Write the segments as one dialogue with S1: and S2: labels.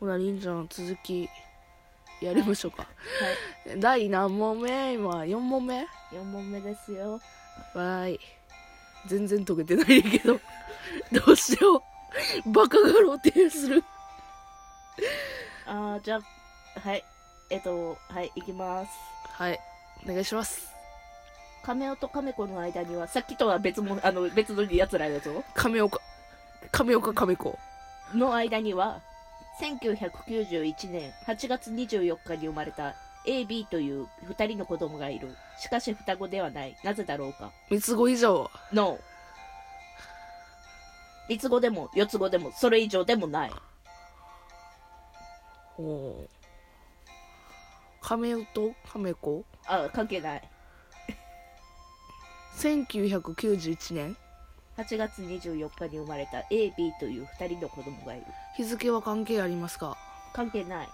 S1: ほら忍者の続きやりましょうか第何問目今4問目
S2: 4問目ですよ
S1: わーい全然解けてないけど どうしようバカが露呈する
S2: あーじゃあはいえっとはい行きます
S1: はいお願いします
S2: 亀尾と亀子の間にはさっきとは別もあの別のやつらやぞ
S1: 亀岡亀岡亀子
S2: の間には1991年8月24日に生まれた AB という2人の子供がいるしかし双子ではないなぜだろうか
S1: 三つ子以上は
S2: No 三つ子でも四つ子でもそれ以上でもない
S1: おー亀尾と亀子
S2: あ関係ない
S1: 1991年
S2: 8月24日に生まれた AB という2人の子供がいる
S1: 日付は関係ありますか
S2: 関係ない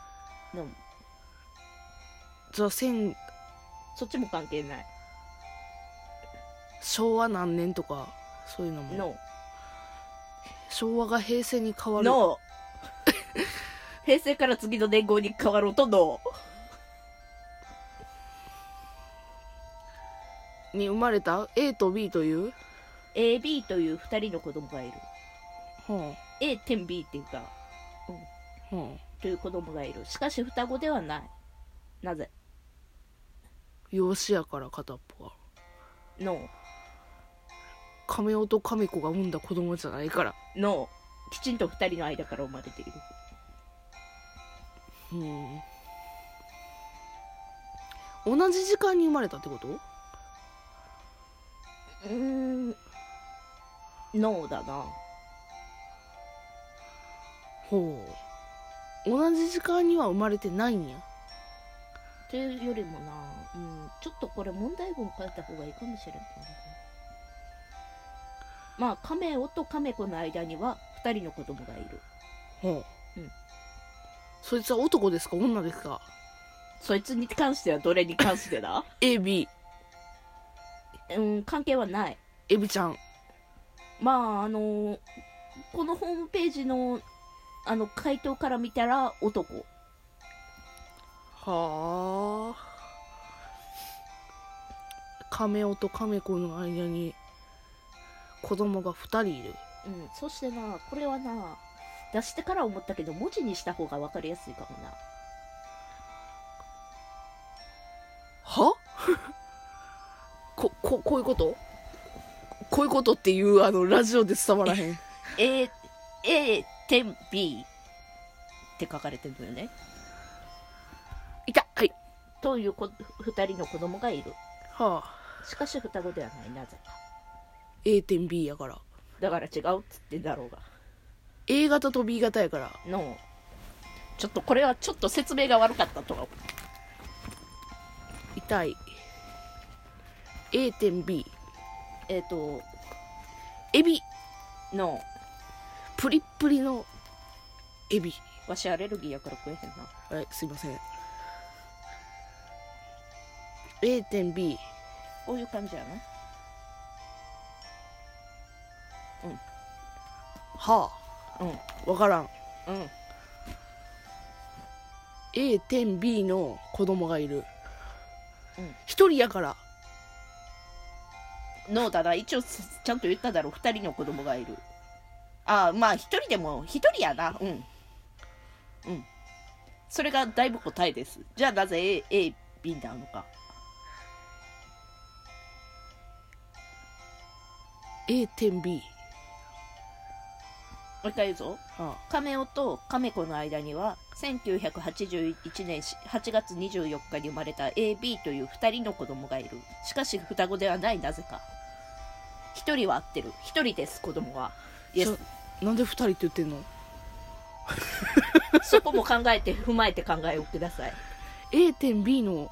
S2: No
S1: じゃあ千
S2: そっちも関係ない
S1: 昭和何年とかそういうのも
S2: No
S1: 昭和が平成に変わる
S2: No 平成から次の年号に変わろうと No
S1: に生まれた A と B という
S2: AB という2人の子供がいる
S1: ほ
S2: A 点 B っていうか
S1: うほ
S2: という子供がいるしかし双子ではないなぜ
S1: う養子やから片っぽは
S2: No
S1: 亀尾と亀子が産んだ子供じゃないから
S2: のきちんと2人の間から生まれている
S1: うん同じ時間に生まれたってこと
S2: うーん脳だな
S1: ほう同じ時間には生まれてないんや
S2: というよりもな、うん、ちょっとこれ問題文書いた方がいいかもしれないまあ亀尾と亀子の間には2人の子供がいる
S1: ほう、
S2: うん
S1: そいつは男ですか女ですか
S2: そいつに関してはどれに関してだ
S1: AB
S2: うん関係はない
S1: エビちゃん
S2: まああのこのホームページのあの回答から見たら男
S1: はあ亀尾と亀子の間に子供が2人いる
S2: うん、そしてな、これはな、出してから思ったけど、文字にした方が分かりやすいかもな。
S1: は こここういうことこういうことっていうあのラジオで伝わらへん
S2: A、A 点 B って書かれてるのよね。
S1: いたはい
S2: というこ2人の子供がいる。
S1: はあ
S2: しかし双子ではない、なぜか。
S1: A 点 B やから
S2: だから違うっつってんだろうが。
S1: A 型と B 型やから
S2: のちょっとこれはちょっと説明が悪かったとか。
S1: 痛い A 点 B
S2: えっ、と、
S1: エビ
S2: の
S1: プリップリのエビ
S2: わしアレルギーやから食えへんな。
S1: はいすいません A 点 B
S2: こういう感じやな。
S1: は
S2: うん、
S1: あわからん
S2: うん、
S1: A 点 B の子供がいる
S2: うん。
S1: 一人やから
S2: のだな一応すちゃんと言っただろ2人の子供がいるああまあ1人でも1人やなうんうんそれがだいぶ答えですじゃあなぜ AB なのか
S1: A 点 B
S2: もう一回言うぞ
S1: は
S2: 亀尾と亀子の間には1981年8月24日に生まれた AB という2人の子供がいるしかし双子ではないなぜか1人は合ってる1人です子供はイエ
S1: ち
S2: ス
S1: ょなんで二人って言ってんの
S2: そこも考えて踏まえて考えをください
S1: A 点 B の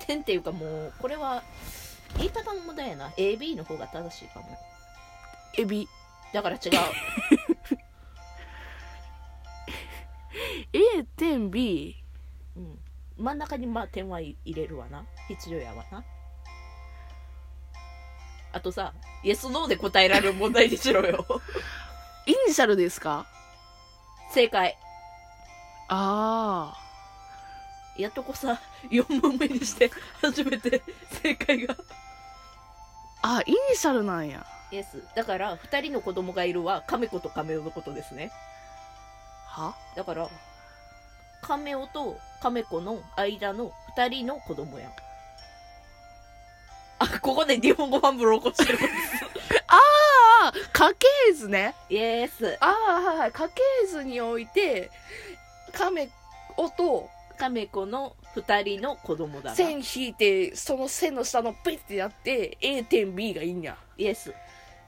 S2: 点っていうかもうこれは言い方の問題やな AB の方が正しいかも
S1: エビ
S2: だから違う
S1: A 点 B
S2: うん真ん中にまあ点は入れるわな必要やわなあとさイエス・ノーで答 えられる問題にしろよ
S1: イニシャルですか
S2: 正解
S1: あ
S2: やっとこさ4問目にして初めて正解が
S1: ああイニシャルなんや
S2: イエスだから2人の子供がいるはカメ子とカメオのことですね
S1: は
S2: だからカメオとカメ子の間の2人の子供やんあここで日本語ファンブルを起こ してる
S1: ああ家系図ね
S2: イエス
S1: ああはいはい家系図において亀をと
S2: カメ子の2人の子供だな
S1: 線引いてその線の下のペッてやって A 点 B がいいんや
S2: イエス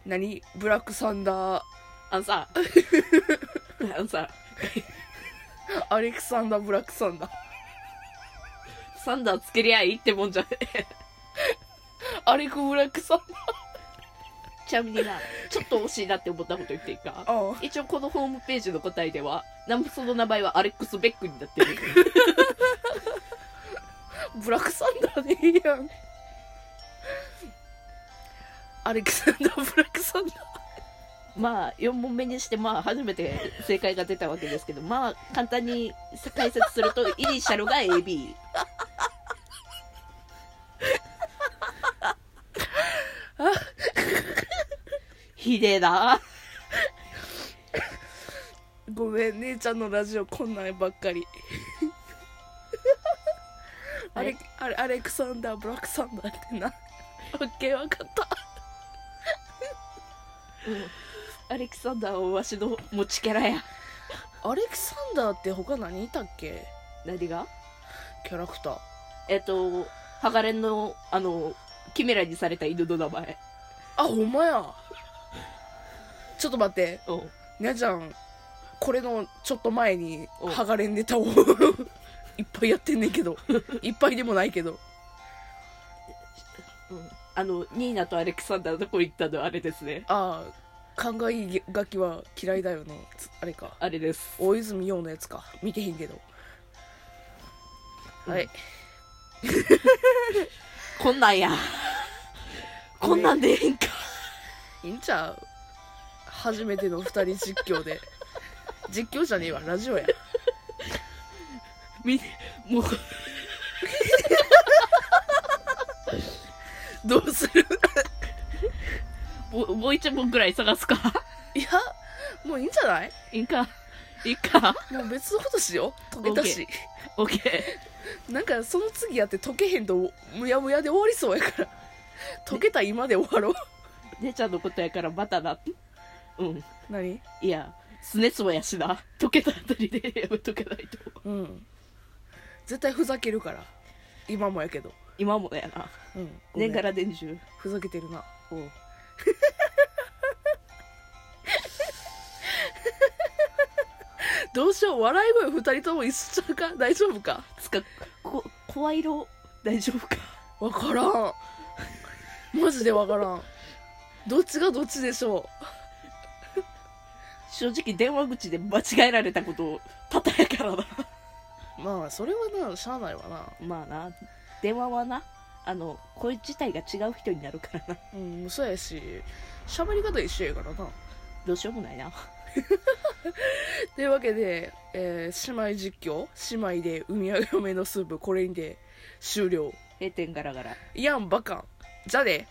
S1: 何ブラックサンダー
S2: あの さあのさ
S1: アレクサンダーブラックサンダー
S2: サンダーつけりゃいいってもんじゃねえ
S1: アレクブラックサン
S2: ちなみになちょっと惜しいなって思ったこと言っていいか
S1: ダー
S2: 一応このホームページの答えではなんその名前はアレックス・ベックになってる
S1: ブラックサンダーでいいやんアレクサンダーブラックサンダー
S2: まあ4問目にしてまあ初めて正解が出たわけですけどまあ簡単に解説するとイニシャルが AB ひでえな
S1: ごめん姉ちゃんのラジオこんなんばっかりあれあれアレクサンダーブラックサンダーってな オッケーわかった
S2: アレクサンダーはわしの持ちキャラや
S1: アレクサンダーって他何いたっけ
S2: 何が
S1: キャラクター
S2: えっとハガレンのあのキメラにされた犬の名前
S1: あほんまやちょっと待って
S2: うん
S1: にゃちゃんこれのちょっと前に
S2: お
S1: ハガレンネタを いっぱいやってんねんけ どいっぱいでもないけど
S2: うんあのニーナとアレクサンダーのとこ行ったのあれですね
S1: ああ勘がいいガキは嫌いだよのつあれか
S2: あれです
S1: 大泉洋のやつか見てへんけどはい、
S2: こんなん やこんなんでええんか
S1: いいんちゃう初めての二人実況で実況じゃねえわラジオや
S2: みもう
S1: どうする
S2: もうもう一問ぐらい探すか
S1: いやもういいんじゃない
S2: いいんかいいんか
S1: もう別のことしよう解けたし
S2: OK
S1: なんかその次やって解けへんとむやむやで終わりそうやから解けた今で終わろう
S2: 姉ちゃんのことやからまたなうん
S1: 何
S2: いやすねつもやしな溶けたあたりでやめとけないと
S1: うん絶対ふざけるから今もやけど
S2: 今もやな
S1: うんごめん
S2: 年がら年中
S1: ふざけてるな
S2: おう
S1: どうしよう笑い声二人とも一緒ちゃうか大丈夫か
S2: つかこ声色大丈夫か
S1: わからんマジでわからんどっちがどっちでしょ
S2: 正直電話口で間違えられたこと多々やからな
S1: うまあそれはなしゃあないわな
S2: まあな電話はなあの声自体が違う人になるからな
S1: うんそうやし喋り方一緒やからな
S2: どうしようもないな
S1: というわけで、えー姉妹実況姉妹で「海や嫁のスープ」これにて終了
S2: 閉店ガラガラ
S1: いやんバカンじゃあね